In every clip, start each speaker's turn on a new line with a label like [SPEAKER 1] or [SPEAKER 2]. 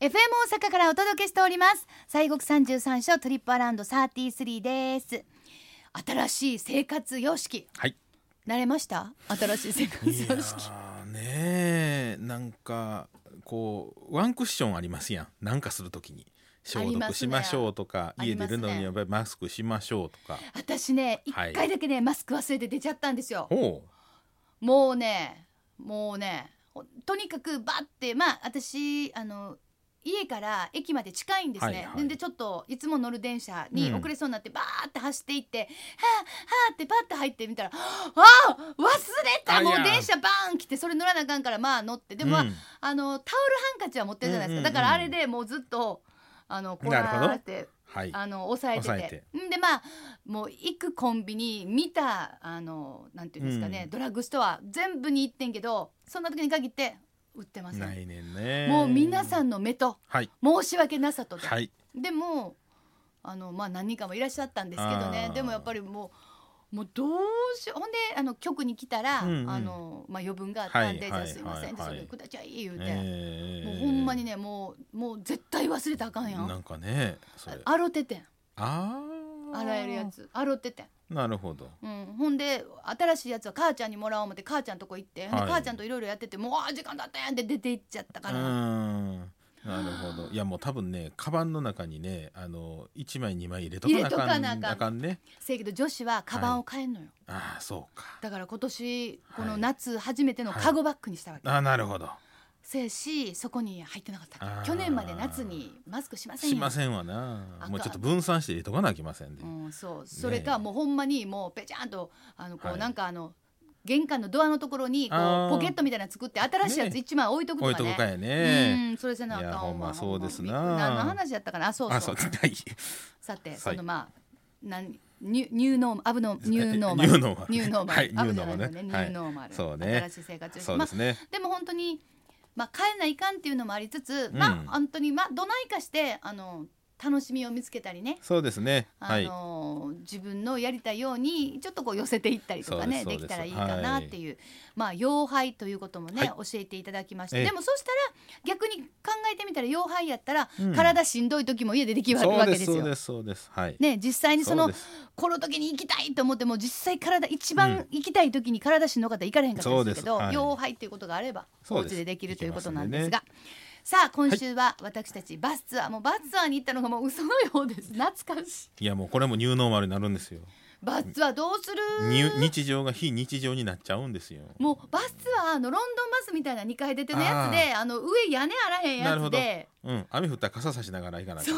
[SPEAKER 1] FM 大阪からお届けしております西国三十三所トリップアラウンド33です新しい生活様式
[SPEAKER 2] はい。
[SPEAKER 1] 慣れました新しい生活
[SPEAKER 2] いや
[SPEAKER 1] 様式
[SPEAKER 2] ーねえなんかこうワンクッションありますやんなんかするときに消
[SPEAKER 1] あります
[SPEAKER 2] 毒
[SPEAKER 1] ね
[SPEAKER 2] しましょうとか、
[SPEAKER 1] あり
[SPEAKER 2] 家
[SPEAKER 1] ま
[SPEAKER 2] 出
[SPEAKER 1] すね
[SPEAKER 2] るのにやっぱりマスクしましょうとか。
[SPEAKER 1] 私ね一
[SPEAKER 2] はい
[SPEAKER 1] 回だけね、マスク忘れて出ちゃったんですよ
[SPEAKER 2] ほ
[SPEAKER 1] もうねもうねほとにかくバッてまあ私あの家から駅まで近いんですね、
[SPEAKER 2] はいはい
[SPEAKER 1] でちょっといつも乗る電車に
[SPEAKER 2] うん
[SPEAKER 1] 遅れそうになってバーって走っていって、はあはあってパッて入ってみたら「ああ忘れた
[SPEAKER 2] あ
[SPEAKER 1] もう
[SPEAKER 2] いや
[SPEAKER 1] 電車バーン来てそれ乗らなあかんからまあ乗って
[SPEAKER 2] う。
[SPEAKER 1] でも、まあ
[SPEAKER 2] うん
[SPEAKER 1] あのタオルハンカチは持ってるじゃないですか、
[SPEAKER 2] うんうんうん
[SPEAKER 1] だからあれでもうずっとあのこうや
[SPEAKER 2] なるほど
[SPEAKER 1] って
[SPEAKER 2] はい。
[SPEAKER 1] あの抑えて
[SPEAKER 2] 抑
[SPEAKER 1] てんでまあもう行くコンビニ見たあのなんていうんですかね、
[SPEAKER 2] うん
[SPEAKER 1] ドラッグストア全部に行ってんけどそんな時に限って売ってませ
[SPEAKER 2] なんいねんね。
[SPEAKER 1] もう皆さ
[SPEAKER 2] ん。
[SPEAKER 1] んの目と
[SPEAKER 2] はい。
[SPEAKER 1] 申し訳なさとで、
[SPEAKER 2] はい。
[SPEAKER 1] でもあのまあ何人かもいらっしゃったんですけどね
[SPEAKER 2] あー
[SPEAKER 1] でもやっぱりもうもうどうしようほんであの局に来たら、
[SPEAKER 2] うんうん
[SPEAKER 1] あのまあ、余分があったんで「
[SPEAKER 2] はいはい
[SPEAKER 1] じゃあすいません」って
[SPEAKER 2] はい
[SPEAKER 1] そ
[SPEAKER 2] はい
[SPEAKER 1] れくだちゃい」言うて、
[SPEAKER 2] ええ
[SPEAKER 1] もうほんまに。ねもうもう絶対忘れたらあかんやん
[SPEAKER 2] なんかね。それ。あ
[SPEAKER 1] 洗っててん
[SPEAKER 2] あー。
[SPEAKER 1] 洗えるやつ洗っててん
[SPEAKER 2] なるほど。
[SPEAKER 1] うん、ほんで新しいやつは母ちゃんにもらおう思って母ちゃんとこ行って、ほんで
[SPEAKER 2] はい
[SPEAKER 1] 母ちゃんといろいろやっててもうあー時間だったやんって出て行っちゃった
[SPEAKER 2] う
[SPEAKER 1] か
[SPEAKER 2] ん。
[SPEAKER 1] ら、
[SPEAKER 2] なるほど。いやもう多分ね、カバンの中にね、あの一枚二枚入れとかなあ
[SPEAKER 1] 入れとか
[SPEAKER 2] かん
[SPEAKER 1] なあかん
[SPEAKER 2] あかんね。
[SPEAKER 1] せやけど女子はカバンを変えんのよ、
[SPEAKER 2] ああそうか。
[SPEAKER 1] だから今年この
[SPEAKER 2] はい
[SPEAKER 1] 夏初めてのカゴバッグにしたわけ、
[SPEAKER 2] ああなるほど。
[SPEAKER 1] せやしそこに入ってなかったから
[SPEAKER 2] あー
[SPEAKER 1] 去年まで夏にマスクしません
[SPEAKER 2] し
[SPEAKER 1] よ
[SPEAKER 2] ませんわな
[SPEAKER 1] あ。
[SPEAKER 2] もうちょっと分散して入れとかなきませんで。
[SPEAKER 1] うん、そうそれか、
[SPEAKER 2] ねえ
[SPEAKER 1] もうほんまにもうぺちゃんとあのこう、
[SPEAKER 2] はい
[SPEAKER 1] なんかあの玄関のドアのところにこ
[SPEAKER 2] あ
[SPEAKER 1] う
[SPEAKER 2] ー
[SPEAKER 1] ポケットみたいなの作って新しいやつ一枚置いとくと
[SPEAKER 2] 置い
[SPEAKER 1] か
[SPEAKER 2] と
[SPEAKER 1] ね
[SPEAKER 2] くかやね。
[SPEAKER 1] うん、それじゃなあかんわ
[SPEAKER 2] いやほんまそうですな
[SPEAKER 1] ほんま何の話やったかなあそうそう
[SPEAKER 2] あそうはい。
[SPEAKER 1] さて、
[SPEAKER 2] はい
[SPEAKER 1] そのまあなんニュニューノーマルアブノニューノーマ
[SPEAKER 2] ニュ
[SPEAKER 1] ル
[SPEAKER 2] ーノーマル
[SPEAKER 1] ニューノーマル
[SPEAKER 2] はい
[SPEAKER 1] アブじゃない
[SPEAKER 2] ニューノーマル
[SPEAKER 1] の
[SPEAKER 2] ね
[SPEAKER 1] ニューノーマル、
[SPEAKER 2] はいそうね
[SPEAKER 1] 新しい生活を
[SPEAKER 2] そう
[SPEAKER 1] ま
[SPEAKER 2] で
[SPEAKER 1] あ
[SPEAKER 2] すね。
[SPEAKER 1] でも本当にまあ変えないかんっていうのもありつつ、
[SPEAKER 2] うん
[SPEAKER 1] まあ本当にまあどないかしてあの楽しみを見つけたりね
[SPEAKER 2] そうですね。
[SPEAKER 1] あ
[SPEAKER 2] はい。
[SPEAKER 1] の自分のやりたいようにちょっとこう寄せていったりとかね
[SPEAKER 2] そう
[SPEAKER 1] で
[SPEAKER 2] です
[SPEAKER 1] き
[SPEAKER 2] そうです
[SPEAKER 1] たらいいかなっていう、まあ妖廃ということもね、
[SPEAKER 2] はい
[SPEAKER 1] 教えていただきまして
[SPEAKER 2] ええ
[SPEAKER 1] でもそうしたら逆に考えてみたら妖廃やったら、
[SPEAKER 2] うん
[SPEAKER 1] 体しんどい時も家でできる
[SPEAKER 2] そ
[SPEAKER 1] わ
[SPEAKER 2] う
[SPEAKER 1] け
[SPEAKER 2] で
[SPEAKER 1] ですす
[SPEAKER 2] そう
[SPEAKER 1] よ。
[SPEAKER 2] ですそうです。はい。
[SPEAKER 1] ね、実際にそ
[SPEAKER 2] そう
[SPEAKER 1] の
[SPEAKER 2] です
[SPEAKER 1] この時に行きたいと思っても実際体一
[SPEAKER 2] う
[SPEAKER 1] 番
[SPEAKER 2] ん
[SPEAKER 1] 行きたい時に体しんどかったら行かれへんかったりするけど、
[SPEAKER 2] そうですはい
[SPEAKER 1] 妖廃っていうことがあればお
[SPEAKER 2] そう
[SPEAKER 1] 家
[SPEAKER 2] です
[SPEAKER 1] でできるということなん
[SPEAKER 2] 行
[SPEAKER 1] で
[SPEAKER 2] けますすんで
[SPEAKER 1] が。さあ今週は私たちバスツアー、もうバスツアーに行ったのがもう嘘のようです懐かしい
[SPEAKER 2] いやもうこれもニューノーマルになるんですよ。
[SPEAKER 1] バスツアーどうす
[SPEAKER 2] に
[SPEAKER 1] る
[SPEAKER 2] 日常が非日常になっちゃうんですよ。
[SPEAKER 1] もうバスツアーのロンドンバスみたいな2階建てのやつであの上屋根あらへん
[SPEAKER 2] な
[SPEAKER 1] や
[SPEAKER 2] る
[SPEAKER 1] つ
[SPEAKER 2] ほど
[SPEAKER 1] で
[SPEAKER 2] うん。雨降ったら傘さしながら行かなきゃ。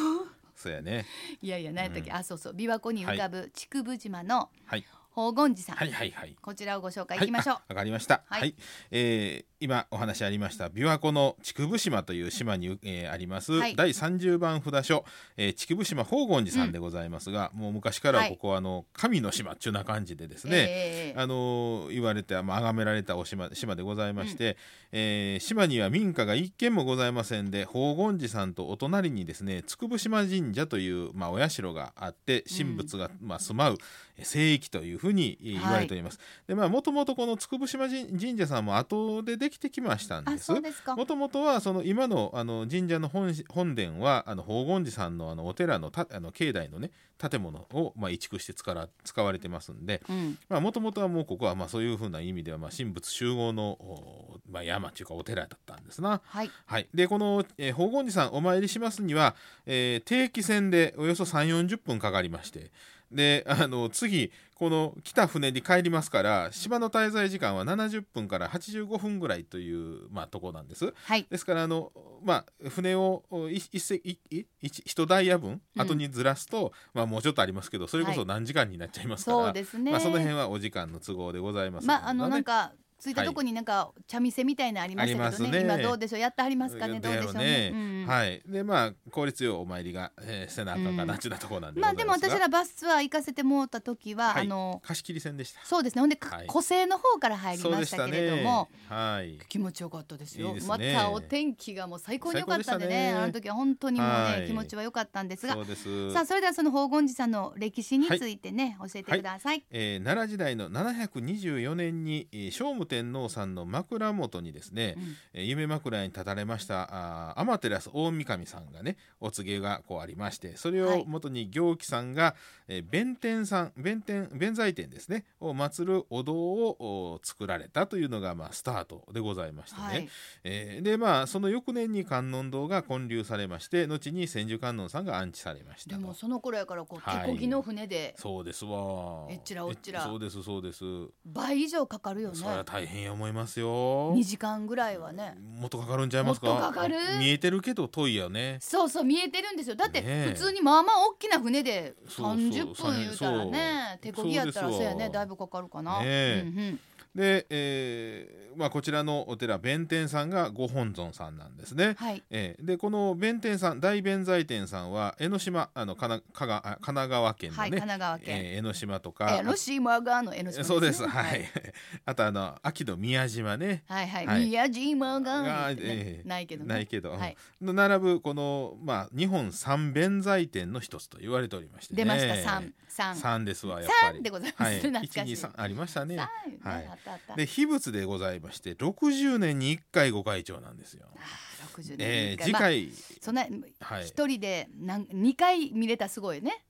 [SPEAKER 2] そうやね。
[SPEAKER 1] いやいや何やったっけ、
[SPEAKER 2] うん
[SPEAKER 1] あそうそう琵琶湖に浮かぶ竹生島の
[SPEAKER 2] はい
[SPEAKER 1] 宝厳寺さん、
[SPEAKER 2] はいはいはい。
[SPEAKER 1] こちらをご紹介い
[SPEAKER 2] はい
[SPEAKER 1] きましょう、
[SPEAKER 2] あわかりました。
[SPEAKER 1] は
[SPEAKER 2] はいい、えー今お話ありました琵琶湖の竹生島という島に、えーあります、
[SPEAKER 1] はい
[SPEAKER 2] 第30番札所、えー、竹生島宝厳寺さんでございますが、もう昔からはここはあの神の島っちゅうな感じでですね。
[SPEAKER 1] えー
[SPEAKER 2] あのー言われてまあ崇められたお島島でございまして、えー島には民家が一軒もございませんで宝厳寺さんとお隣にですね筑生島神社という、まあ、お社があって神仏が、まあ、住まうえー聖域というふうにえー言われております。でまあもともとこの筑生島神神社さんも後でできてきましたん
[SPEAKER 1] あ
[SPEAKER 2] です
[SPEAKER 1] そう。ですか
[SPEAKER 2] もともとはその今のあの神社の本本殿はあの宝厳寺さんのあのお寺のたあの境内のね建物をまあ移築して使ら使われてますんで
[SPEAKER 1] うん
[SPEAKER 2] もともとはもうここはまあそういうふうな意味ではまあ神仏集合の、おまあ、山というかお寺だったんですな。
[SPEAKER 1] はい
[SPEAKER 2] はい、でこの、えー宝厳寺さんお参りしますには、えー定期船でおよそ3 4 0分かかりましてであの次この来た船に帰りますから島の滞在時間は70分から85分ぐらいという、まあ、とこなんです。
[SPEAKER 1] はい
[SPEAKER 2] ですからあの、まあ、船をおい一せいい一一ダイヤ分
[SPEAKER 1] うん
[SPEAKER 2] 後にずらすと、まあ、もうちょっとありますけどそれこ
[SPEAKER 1] は
[SPEAKER 2] そ
[SPEAKER 1] い
[SPEAKER 2] 何時間になっちゃいますから、
[SPEAKER 1] そうですね、
[SPEAKER 2] まあ、その辺はお時間の都合でございます
[SPEAKER 1] まああの
[SPEAKER 2] ね
[SPEAKER 1] なんかついたとこになんか茶店みたいなのありましたけどね
[SPEAKER 2] あります
[SPEAKER 1] 今
[SPEAKER 2] ね
[SPEAKER 1] どうでしょうやってはりますかねどうでしょうね
[SPEAKER 2] だよ
[SPEAKER 1] うん
[SPEAKER 2] はい、でまあ効率よいお参りが、えー、せなあかんか
[SPEAKER 1] う
[SPEAKER 2] なんちゅうなところなんでご
[SPEAKER 1] ま
[SPEAKER 2] ざ
[SPEAKER 1] あ
[SPEAKER 2] います
[SPEAKER 1] で
[SPEAKER 2] が、
[SPEAKER 1] も私らバスツアー行かせてもらった時は、
[SPEAKER 2] はい
[SPEAKER 1] あの
[SPEAKER 2] 貸し切り船でした
[SPEAKER 1] そうですねほんで、か
[SPEAKER 2] はい
[SPEAKER 1] 個性の方から入り
[SPEAKER 2] そう
[SPEAKER 1] ま
[SPEAKER 2] で
[SPEAKER 1] したけれども、
[SPEAKER 2] はい
[SPEAKER 1] 気持ちよかったですよ
[SPEAKER 2] いいです
[SPEAKER 1] ま
[SPEAKER 2] ね
[SPEAKER 1] たお天気がもう最高に良かったんでね
[SPEAKER 2] 最高でしたね
[SPEAKER 1] あの時は本当にもうね、
[SPEAKER 2] はい
[SPEAKER 1] 気持ちは良かったんですが
[SPEAKER 2] そうです
[SPEAKER 1] さあそれではその宝厳寺さんの歴史についてね、教えてください、
[SPEAKER 2] えー奈良時代の724年に、えー聖武天皇さんの枕元にですね、
[SPEAKER 1] うん
[SPEAKER 2] えー夢枕に立たれましたあー天照大神さんがねお告げがこうありましてそれ
[SPEAKER 1] は
[SPEAKER 2] を
[SPEAKER 1] い
[SPEAKER 2] 元に行基さんが、えー弁天さん弁天弁財天ですねを祀るお堂をお作られたというのが、まあ、スタートでございましてね、
[SPEAKER 1] はい
[SPEAKER 2] えーでまあその翌年に観音堂が建立されまして後に千手観音さんが安置されました
[SPEAKER 1] で
[SPEAKER 2] と
[SPEAKER 1] もその頃やからこう
[SPEAKER 2] はい
[SPEAKER 1] 手こぎの船で
[SPEAKER 2] そうですわ
[SPEAKER 1] えっちらおっちら
[SPEAKER 2] えそうですそうです
[SPEAKER 1] 倍以上かかるよね
[SPEAKER 2] それは大変や思いますよ
[SPEAKER 1] 2時間ぐらいはね
[SPEAKER 2] もっとかかるんちゃいますか
[SPEAKER 1] もっとかかる
[SPEAKER 2] 見えてるけど遠いよね
[SPEAKER 1] そうそう見えてるんですよだって
[SPEAKER 2] ねえ
[SPEAKER 1] 普通にまあまあ大きな船で
[SPEAKER 2] そ
[SPEAKER 1] 30
[SPEAKER 2] うそう
[SPEAKER 1] 分言うたらね
[SPEAKER 2] そう
[SPEAKER 1] 手こぎやったら
[SPEAKER 2] そう
[SPEAKER 1] そう
[SPEAKER 2] ですわ
[SPEAKER 1] やねだいぶかかるかな、
[SPEAKER 2] ねえ
[SPEAKER 1] うんうん
[SPEAKER 2] で、えーまあ、こちらのお寺弁天さんがご本尊さんなんですね。
[SPEAKER 1] はい
[SPEAKER 2] えーでこの弁天さん大弁財天さんは江ノ島あのかなかがあ神奈川県のね、
[SPEAKER 1] はい神奈川県、
[SPEAKER 2] えー江ノ島と
[SPEAKER 1] え
[SPEAKER 2] か
[SPEAKER 1] ー、ロシーマガーの江ノ島
[SPEAKER 2] あそうです、
[SPEAKER 1] ね
[SPEAKER 2] はい あとあの秋の宮島ね
[SPEAKER 1] はいはい、
[SPEAKER 2] はい
[SPEAKER 1] 宮島が、
[SPEAKER 2] が
[SPEAKER 1] ね
[SPEAKER 2] ええ
[SPEAKER 1] ないけどね
[SPEAKER 2] ないけど、
[SPEAKER 1] はい
[SPEAKER 2] の並ぶこの、まあ、日本三弁財天の一つと言われておりまして、
[SPEAKER 1] 出
[SPEAKER 2] ね、
[SPEAKER 1] ました三三
[SPEAKER 2] 三ですわやっぱり
[SPEAKER 1] 三でございます、
[SPEAKER 2] は い、
[SPEAKER 1] 懐かしい
[SPEAKER 2] 一二三ありましたね
[SPEAKER 1] 三
[SPEAKER 2] はい
[SPEAKER 1] あったあった
[SPEAKER 2] で秘仏でございまして60年に1回ご会長なんですよ。
[SPEAKER 1] あー60年
[SPEAKER 2] え
[SPEAKER 1] に一回
[SPEAKER 2] ー次
[SPEAKER 1] まあ
[SPEAKER 2] 回、
[SPEAKER 1] そんな
[SPEAKER 2] はい
[SPEAKER 1] 一人でなん二回見れたらすごいね、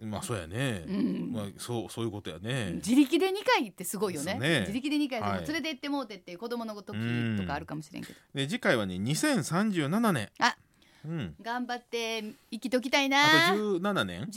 [SPEAKER 2] まあそうやね、
[SPEAKER 1] うん
[SPEAKER 2] まあそうそういうことやね。
[SPEAKER 1] 自力で二回ってすごいよね
[SPEAKER 2] そうね
[SPEAKER 1] 自力で二回でも
[SPEAKER 2] はい
[SPEAKER 1] 連れて行ってもうてっていう子供の時とかあるかもしれんけど、
[SPEAKER 2] で次回はね2037年。
[SPEAKER 1] あ
[SPEAKER 2] うん。
[SPEAKER 1] 頑張って生きときたいな
[SPEAKER 2] あと17年。
[SPEAKER 1] 17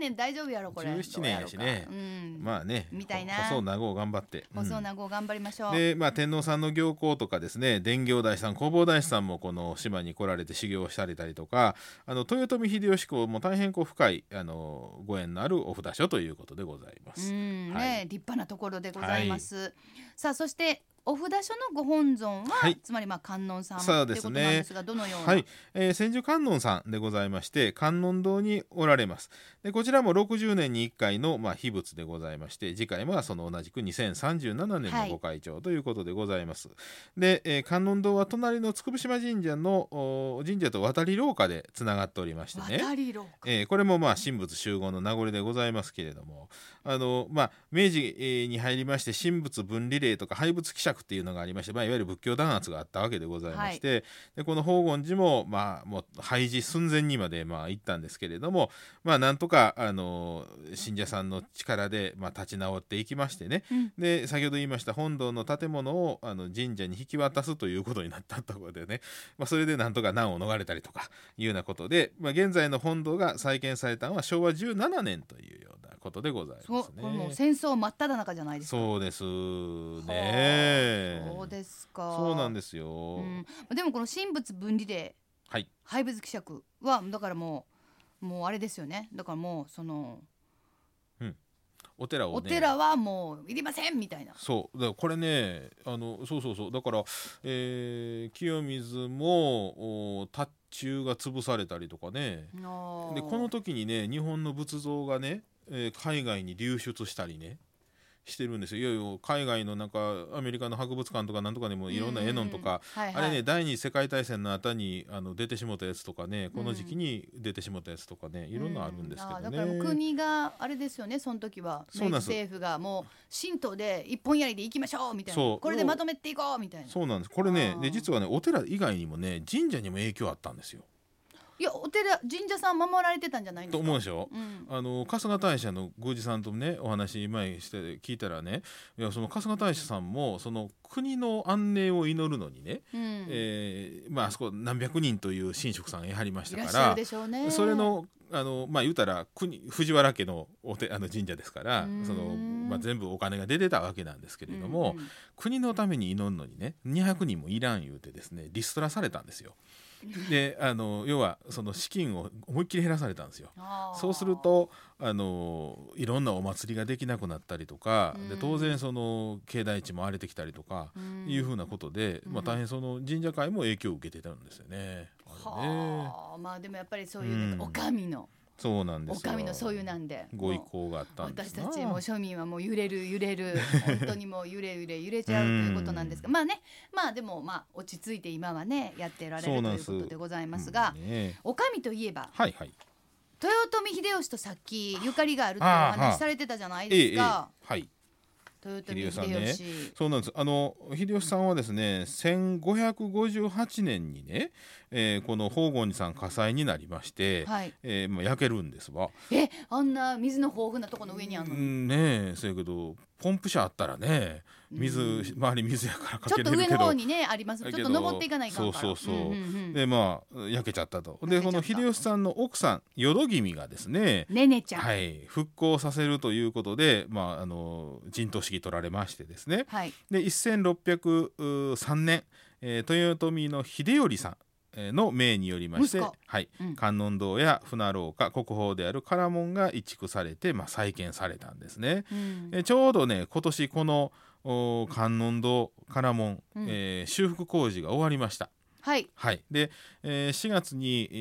[SPEAKER 1] 年大丈夫やろこれ
[SPEAKER 2] 17年やし
[SPEAKER 1] ど
[SPEAKER 2] ね
[SPEAKER 1] うやろうかうん、
[SPEAKER 2] まあね。
[SPEAKER 1] みたいな
[SPEAKER 2] 細名護を頑張って。うん
[SPEAKER 1] 細名護頑張りましょう、
[SPEAKER 2] でまあ、天皇さんの行幸とかですね伝行大師さん弘法大師さんもこの島に来られて修行をされたりとかあの豊臣秀吉公も大変こう深いあのご縁のあるお札所ということでございま
[SPEAKER 1] う
[SPEAKER 2] す。
[SPEAKER 1] んね、
[SPEAKER 2] はい
[SPEAKER 1] 立派なところでございます、さあそしてお札所のご本尊は、
[SPEAKER 2] はい
[SPEAKER 1] つまりまあ観音さん
[SPEAKER 2] そ
[SPEAKER 1] と
[SPEAKER 2] う
[SPEAKER 1] い
[SPEAKER 2] で
[SPEAKER 1] うこ
[SPEAKER 2] す
[SPEAKER 1] と
[SPEAKER 2] ね
[SPEAKER 1] なんですがどのような、
[SPEAKER 2] はい、えー千手観音さんでございまして観音堂におられますでこちらも60年に1回の、まあ、秘仏でございまして次回はその同じく2037年
[SPEAKER 1] は
[SPEAKER 2] の
[SPEAKER 1] い
[SPEAKER 2] ご会長ということでございます、で、えー観音堂は隣の筑部島神社のお神社と渡り廊下でつながっておりましてね
[SPEAKER 1] 渡り廊下、
[SPEAKER 2] えーこれもまあ神仏集合の名残でございますけれどもあの、まあ、明治えーに入りまして神仏分離令とか廃仏希釈っていうのがありまして、まあ、いわゆる仏教弾圧があったわけでございまして、でこの宝厳寺も,、まあ、もう廃寺寸前にまでまあ行ったんですけれども、まあ、なんとかあの信者さんの力でまあ立ち直っていきましてね
[SPEAKER 1] うん
[SPEAKER 2] で先ほど言いました本堂の建物をあの神社に引き渡すということになったところでね、 まあ、それでなんとか難を逃れたりとかいうようなことで、まあ、現在の本堂が再建されたのは昭和17年というようなことでござい
[SPEAKER 1] そ
[SPEAKER 2] ま
[SPEAKER 1] う
[SPEAKER 2] す
[SPEAKER 1] これもう
[SPEAKER 2] ね。
[SPEAKER 1] 戦争真っ只中じゃないですか
[SPEAKER 2] そうです
[SPEAKER 1] はあ
[SPEAKER 2] ね
[SPEAKER 1] そうですか
[SPEAKER 2] そうなんですすよ。
[SPEAKER 1] でもこの神仏分離令
[SPEAKER 2] はい
[SPEAKER 1] 廃仏希釈はだからもうもうあれですよねだからもうその
[SPEAKER 2] お寺を、ね、
[SPEAKER 1] お寺はもういりませんみたいな
[SPEAKER 2] そうだからこれねあのそうそうそうだから、えー清水もお達中が潰されたりとかね
[SPEAKER 1] でこ
[SPEAKER 2] でこの時にね日本の仏像がね、えー海外に流出したりねしてるんですよいよいよ海外のなんかアメリカの博物館とかなんとかにもいろんな絵のんとか、、
[SPEAKER 1] うんうんうん
[SPEAKER 2] あれ
[SPEAKER 1] はいは
[SPEAKER 2] ね
[SPEAKER 1] い
[SPEAKER 2] 第二次世界大戦の後にあの出てしまったやつとかねこの時期に出てしまったやつとかね、いろんなあるんですけ
[SPEAKER 1] うあ
[SPEAKER 2] ど
[SPEAKER 1] だからもう
[SPEAKER 2] ね。
[SPEAKER 1] 国があれですよねその時は
[SPEAKER 2] そうなんです
[SPEAKER 1] 政府がもう神道で一本やりでいきましょうみたい
[SPEAKER 2] そ
[SPEAKER 1] な
[SPEAKER 2] う
[SPEAKER 1] これでまとめていこうみたいな
[SPEAKER 2] そうなんですこれね
[SPEAKER 1] あー
[SPEAKER 2] で実はねお寺以外にもね神社にも影響あったんですよ。
[SPEAKER 1] いやお寺神社さん守られてたんじゃないんで
[SPEAKER 2] と
[SPEAKER 1] すか
[SPEAKER 2] 思うでしょ、
[SPEAKER 1] うん
[SPEAKER 2] あの春日大社の宮司さんとねお話前して聞いたらねいやその春日大社さんもその国の安寧を祈るのにね、
[SPEAKER 1] うん
[SPEAKER 2] えーまああそこ何百人という神職さんやはりまし
[SPEAKER 1] い
[SPEAKER 2] た
[SPEAKER 1] らっ
[SPEAKER 2] か
[SPEAKER 1] しゃ
[SPEAKER 2] ら
[SPEAKER 1] るでしょうね
[SPEAKER 2] それのあのまあ言うたら国藤原家のおてあの神社ですから
[SPEAKER 1] うーん
[SPEAKER 2] その、まあ、全部お金が出てたわけなんですけれども、
[SPEAKER 1] うんうん
[SPEAKER 2] 国のために祈るのにね200人もいらん言うてですねリストラされたんですよ。であの要はその資金を思いっきり減らされたんですよ。
[SPEAKER 1] あー
[SPEAKER 2] そうするとあのいろんなお祭りができなくなったりとか、
[SPEAKER 1] うん
[SPEAKER 2] で当然その境内地も荒れてきたりとか、
[SPEAKER 1] うん
[SPEAKER 2] いうふうなことで、まあ、
[SPEAKER 1] うん
[SPEAKER 2] 大変その神社会も影響を受けてたんですよね。あれね
[SPEAKER 1] はあまあでもやっぱりそういうなんかお
[SPEAKER 2] うん
[SPEAKER 1] 上の
[SPEAKER 2] そうなんで
[SPEAKER 1] お
[SPEAKER 2] すよ。
[SPEAKER 1] 上のそういうなんで
[SPEAKER 2] ご意
[SPEAKER 1] もう
[SPEAKER 2] 向があったんで
[SPEAKER 1] 私
[SPEAKER 2] すな
[SPEAKER 1] たちもう庶民はもう揺れる揺れる本当にもう揺れ揺れ揺れちゃうということなんですがまあねまあでもまあ落ち着いて今はねやってられ
[SPEAKER 2] そう
[SPEAKER 1] ると
[SPEAKER 2] ないん
[SPEAKER 1] う
[SPEAKER 2] です
[SPEAKER 1] ことでございますが
[SPEAKER 2] うんね
[SPEAKER 1] お上といえば
[SPEAKER 2] はいはい。
[SPEAKER 1] 豊臣秀吉とさっきゆかりがあるっていうお
[SPEAKER 2] あーは
[SPEAKER 1] 話
[SPEAKER 2] ー
[SPEAKER 1] されてたじゃない
[SPEAKER 2] ええ
[SPEAKER 1] で
[SPEAKER 2] え
[SPEAKER 1] す
[SPEAKER 2] え
[SPEAKER 1] か
[SPEAKER 2] はい。
[SPEAKER 1] 豊
[SPEAKER 2] 秀
[SPEAKER 1] 臣
[SPEAKER 2] 吉さん
[SPEAKER 1] 秀
[SPEAKER 2] ね
[SPEAKER 1] 吉。
[SPEAKER 2] そうなんですあの秀吉さんはですね1558年にね、えーこの宝厳寺さん火災になりまして、
[SPEAKER 1] はい。
[SPEAKER 2] えーまあ、焼けるんですわ。
[SPEAKER 1] え、あんな水の豊富なとこの上にある
[SPEAKER 2] う
[SPEAKER 1] のに。
[SPEAKER 2] んねえそやけどポンプ車あったらね水、
[SPEAKER 1] うん
[SPEAKER 2] 周り水やからか
[SPEAKER 1] ちょ
[SPEAKER 2] け
[SPEAKER 1] っと
[SPEAKER 2] れる
[SPEAKER 1] 上
[SPEAKER 2] け
[SPEAKER 1] の
[SPEAKER 2] ど
[SPEAKER 1] 方。にねあります。ちょ
[SPEAKER 2] だ
[SPEAKER 1] っ
[SPEAKER 2] けど
[SPEAKER 1] と登っていかないかんから。
[SPEAKER 2] そうそうそうん
[SPEAKER 1] んん
[SPEAKER 2] でまあ焼けちゃったと。
[SPEAKER 1] 焼けちゃ
[SPEAKER 2] で
[SPEAKER 1] った
[SPEAKER 2] この秀吉さんの奥さん淀君がですね、
[SPEAKER 1] ねねちゃん。
[SPEAKER 2] はい、復興させるということで、まあ、あの陣頭指揮取られましてですね
[SPEAKER 1] はい。
[SPEAKER 2] で1603年、えー豊臣の秀頼さんえーの命によりまして
[SPEAKER 1] 息子、
[SPEAKER 2] はい
[SPEAKER 1] うん
[SPEAKER 2] 観音堂や船廊下国宝である唐門が移築されて、まあ、再建されたんですね。
[SPEAKER 1] うん
[SPEAKER 2] えーちょうどね今年このおー観音堂唐門、
[SPEAKER 1] うん
[SPEAKER 2] えー修復工事が終わりました。
[SPEAKER 1] はい。
[SPEAKER 2] はい、で、えー4月に、え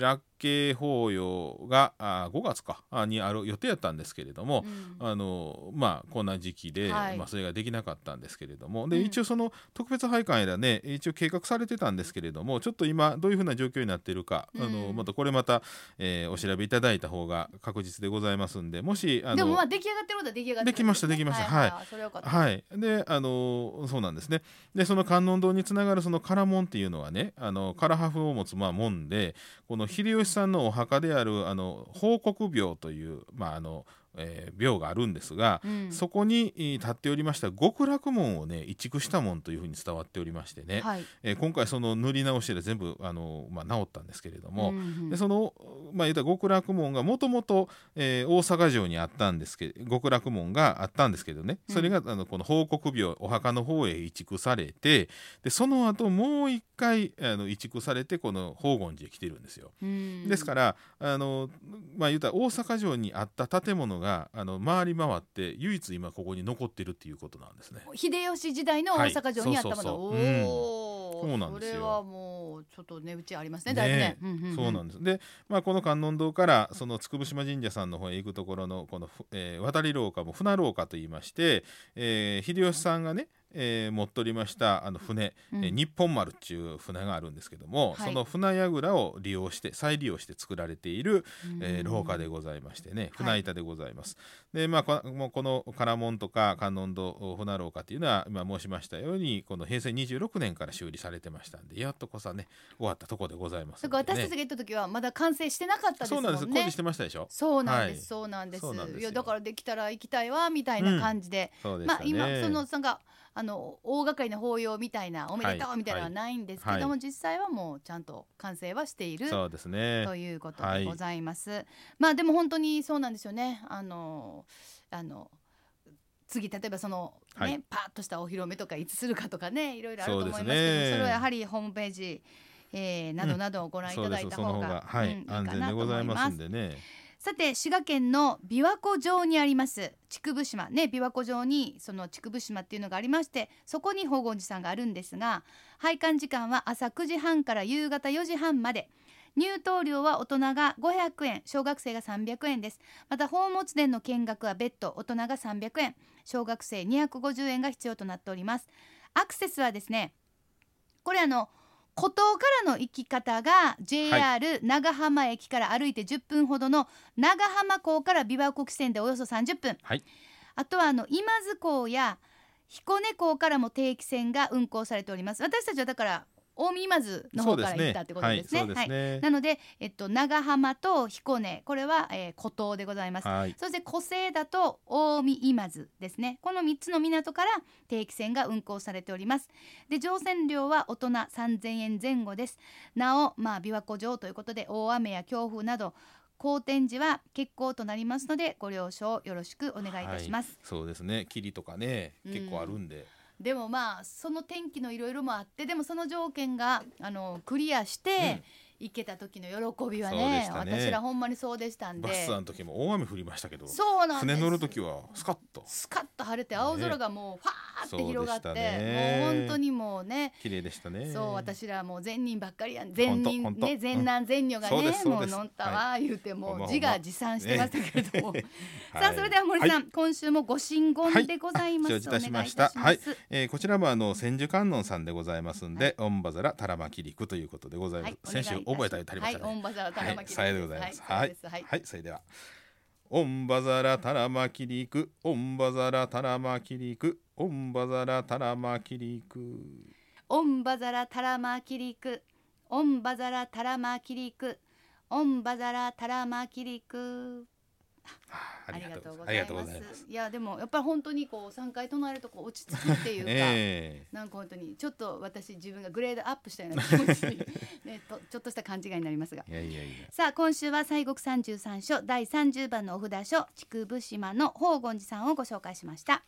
[SPEAKER 2] ー、楽慶法要があー5月かあにある予定やったんですけれども、
[SPEAKER 1] うん
[SPEAKER 2] あのまあこんな時期で、
[SPEAKER 1] はい
[SPEAKER 2] まあ、それができなかったんですけれどもで
[SPEAKER 1] うん
[SPEAKER 2] 一応その特別拝観やらね一応計画されてたんですけれどもちょっと今どういうふうな状況になっているか、あ
[SPEAKER 1] う
[SPEAKER 2] の
[SPEAKER 1] ん
[SPEAKER 2] またこれまた、えーお調べいただいた方が確実でございますんでもしあ
[SPEAKER 1] でもま
[SPEAKER 2] の
[SPEAKER 1] あ出来上がってることは出来上がってる
[SPEAKER 2] できましたできましたはい
[SPEAKER 1] い。それはよかった。
[SPEAKER 2] はい、であのそうなんですねでその観音堂につながるその唐門っていうのはねあの唐破風を持つまあ門でこの秀吉さんのお墓であるあの報告廟という、まああのえー廟があるんですが、
[SPEAKER 1] うん
[SPEAKER 2] そこにえー立っておりました極楽門をね移築した門というふうに伝わっておりましてね、
[SPEAKER 1] はい。
[SPEAKER 2] えー今回その塗り直して全部あの、まあ、直ったんですけれども、
[SPEAKER 1] うんうん
[SPEAKER 2] でその、まあ、言ったら極楽門がもともと大阪城にあったんですけど極楽門があったんですけどねそれが、あのこの報告病お墓の方へ移築されてでその後もう一回あの移築されてこの宝厳寺へ来てるんですよ。
[SPEAKER 1] うん
[SPEAKER 2] ですからあの、まあ、言ったら大阪城にあった建物があの回り回って唯一今ここに残ってるっていうことなんですね。
[SPEAKER 1] 秀吉時代の大阪城にあったも
[SPEAKER 2] はい
[SPEAKER 1] の。
[SPEAKER 2] そう
[SPEAKER 1] お
[SPEAKER 2] そうそううん
[SPEAKER 1] おー。
[SPEAKER 2] そうなんですよ
[SPEAKER 1] それはもうちょっとねうちありますね。だいぶね
[SPEAKER 2] ね。そうなんんです。で、まあ、この観音堂からその筑部島神社さんの方へ行くところのこの、ふえー渡り廊下も船廊下と言いまして、えー秀吉さんがね、えー持っておりましたあの船、
[SPEAKER 1] うん
[SPEAKER 2] えー日本丸っていう船があるんですけども、
[SPEAKER 1] はい
[SPEAKER 2] その船櫓を利用して再利用して作られている、
[SPEAKER 1] うん
[SPEAKER 2] えー廊下でございましてね
[SPEAKER 1] はい
[SPEAKER 2] 船板でございます。でまあこもうこの唐門とか観音堂船廊下っていうのは今申しましたようにこの平成26年から修理されてましたんでやっとこさね終わったとこでございます
[SPEAKER 1] そ
[SPEAKER 2] ん
[SPEAKER 1] う
[SPEAKER 2] で
[SPEAKER 1] か
[SPEAKER 2] ね。
[SPEAKER 1] 私たちが行った時はまだ完成してなかったですもんね。
[SPEAKER 2] そうなんです工事してましたでしょ
[SPEAKER 1] そうなんです、
[SPEAKER 2] はい
[SPEAKER 1] そうなんです
[SPEAKER 2] そうなんですよ
[SPEAKER 1] いやだからできたら行きたいわみたいな感じで、
[SPEAKER 2] そうでし
[SPEAKER 1] ま
[SPEAKER 2] た
[SPEAKER 1] あ
[SPEAKER 2] ね、
[SPEAKER 1] 今そのなんかあの大掛かりな法要みたいなおめでと
[SPEAKER 2] は
[SPEAKER 1] う
[SPEAKER 2] い
[SPEAKER 1] みたいなのはないんですけども、
[SPEAKER 2] は
[SPEAKER 1] 実際はもうちゃんと完成はしている
[SPEAKER 2] そうですね
[SPEAKER 1] ということでございます、まあでも本当にそうなんですよねあのあの次例えばそのね、
[SPEAKER 2] はい
[SPEAKER 1] パーッとしたお披露目とかいつするかとかねいろいろあると思いますけ
[SPEAKER 2] そう
[SPEAKER 1] どそ
[SPEAKER 2] ですね
[SPEAKER 1] れはやはりホームページ、えーなどなどをご覧い
[SPEAKER 2] そ
[SPEAKER 1] た
[SPEAKER 2] うで
[SPEAKER 1] だい
[SPEAKER 2] す
[SPEAKER 1] た
[SPEAKER 2] その
[SPEAKER 1] 方
[SPEAKER 2] 方
[SPEAKER 1] が
[SPEAKER 2] が、はい
[SPEAKER 1] うんいいか
[SPEAKER 2] 安全
[SPEAKER 1] な
[SPEAKER 2] で
[SPEAKER 1] と
[SPEAKER 2] ござ
[SPEAKER 1] 思
[SPEAKER 2] い
[SPEAKER 1] い
[SPEAKER 2] ま
[SPEAKER 1] ます
[SPEAKER 2] ん
[SPEAKER 1] す。
[SPEAKER 2] でね
[SPEAKER 1] さて滋賀県の琵琶湖城にあります竹生島ね琵琶湖城にその竹生島っていうのがありましてそこに宝厳寺さんがあるんですが拝観時間は朝9時半から夕方4時半まで入湯料は大人が500円小学生が300円ですまた宝物殿の見学は別途大人が300円小学生250円が必要となっておりますアクセスはですねこれあの古島からの行き方が JR 長浜駅から歩いて10分ほどの長浜港から琵琶湖汽船でおよそ30分、
[SPEAKER 2] はい
[SPEAKER 1] あとはあの今津港や彦根港からも定期船が運航されております私たちはだから近江今津の方
[SPEAKER 2] そうで
[SPEAKER 1] から
[SPEAKER 2] す
[SPEAKER 1] 行
[SPEAKER 2] ね
[SPEAKER 1] ったってこと
[SPEAKER 2] は
[SPEAKER 1] で
[SPEAKER 2] い
[SPEAKER 1] すね
[SPEAKER 2] そうですね
[SPEAKER 1] なので、えっと、長浜と彦根これは、えー、古島でございます
[SPEAKER 2] はい
[SPEAKER 1] そして湖西だと近江今津ですねこの3つの港から定期船が運航されておりますで乗船料は大人3000円前後ですなおまあ琵琶湖上ということで大雨や強風など荒天時は欠航となりますのでご了承よろしくお願いいたします、
[SPEAKER 2] そうですね霧とかね結構あるんで、
[SPEAKER 1] でもまあその天気のいろいろもあってでもその条件があのクリアして、行けた時の喜びは
[SPEAKER 2] そうで
[SPEAKER 1] ね
[SPEAKER 2] したね
[SPEAKER 1] 私らほんまにそうでしたんで
[SPEAKER 2] バスツアーの時も大雨降りましたけど
[SPEAKER 1] そうなんです
[SPEAKER 2] 船乗る時はスカッと
[SPEAKER 1] スカッと晴れて青空がもうファーって広がって、
[SPEAKER 2] そうでしたね
[SPEAKER 1] もう本当にもうね
[SPEAKER 2] 綺麗でしたね
[SPEAKER 1] そう私らもう善人ばっかりやん善人
[SPEAKER 2] 本当
[SPEAKER 1] ね
[SPEAKER 2] 本当
[SPEAKER 1] 善男善女が
[SPEAKER 2] そうで
[SPEAKER 1] ね
[SPEAKER 2] す、そう
[SPEAKER 1] もう
[SPEAKER 2] です
[SPEAKER 1] のんたわ言うても
[SPEAKER 2] ほ
[SPEAKER 1] うん
[SPEAKER 2] まほんま
[SPEAKER 1] 自画自賛してましたけれども、さあそれで
[SPEAKER 2] は
[SPEAKER 1] は森さん、今週もご神言でございます、
[SPEAKER 2] はいあ承知いたしました
[SPEAKER 1] お願いいたします
[SPEAKER 2] い、えーこちらもあの千手観音さんでございますんで、オンバザラタラマキリクということでございます、
[SPEAKER 1] はいお願いいた
[SPEAKER 2] 先
[SPEAKER 1] し
[SPEAKER 2] 週覚えたりたりましたね、
[SPEAKER 1] はいオンバザラタラマキリ
[SPEAKER 2] はいさようでございます
[SPEAKER 1] はいそうですはい
[SPEAKER 2] はい、それではオンバザラタラマキリクオンバザラタラマキリクオンバザラタラマキリク
[SPEAKER 1] オンバザラタラマキリクオンバザラタラマキリクオンバザラタラマキリクあ
[SPEAKER 2] あー
[SPEAKER 1] りがとうご
[SPEAKER 2] あ
[SPEAKER 1] ざ
[SPEAKER 2] り
[SPEAKER 1] い
[SPEAKER 2] がとうご
[SPEAKER 1] ま
[SPEAKER 2] ざいます
[SPEAKER 1] すいやでもやっぱり本当にこう三回唱えるとこう落ち着くっていうか、
[SPEAKER 2] え
[SPEAKER 1] なんか本当にちょっと私自分がグレードアップしたような気持ちに、 ね、とちょっとした勘違いになりますが
[SPEAKER 2] えいやいやいや
[SPEAKER 1] さあ今週は西国三十三所第三十番のお札書竹生島の宝厳寺さんをご紹介しました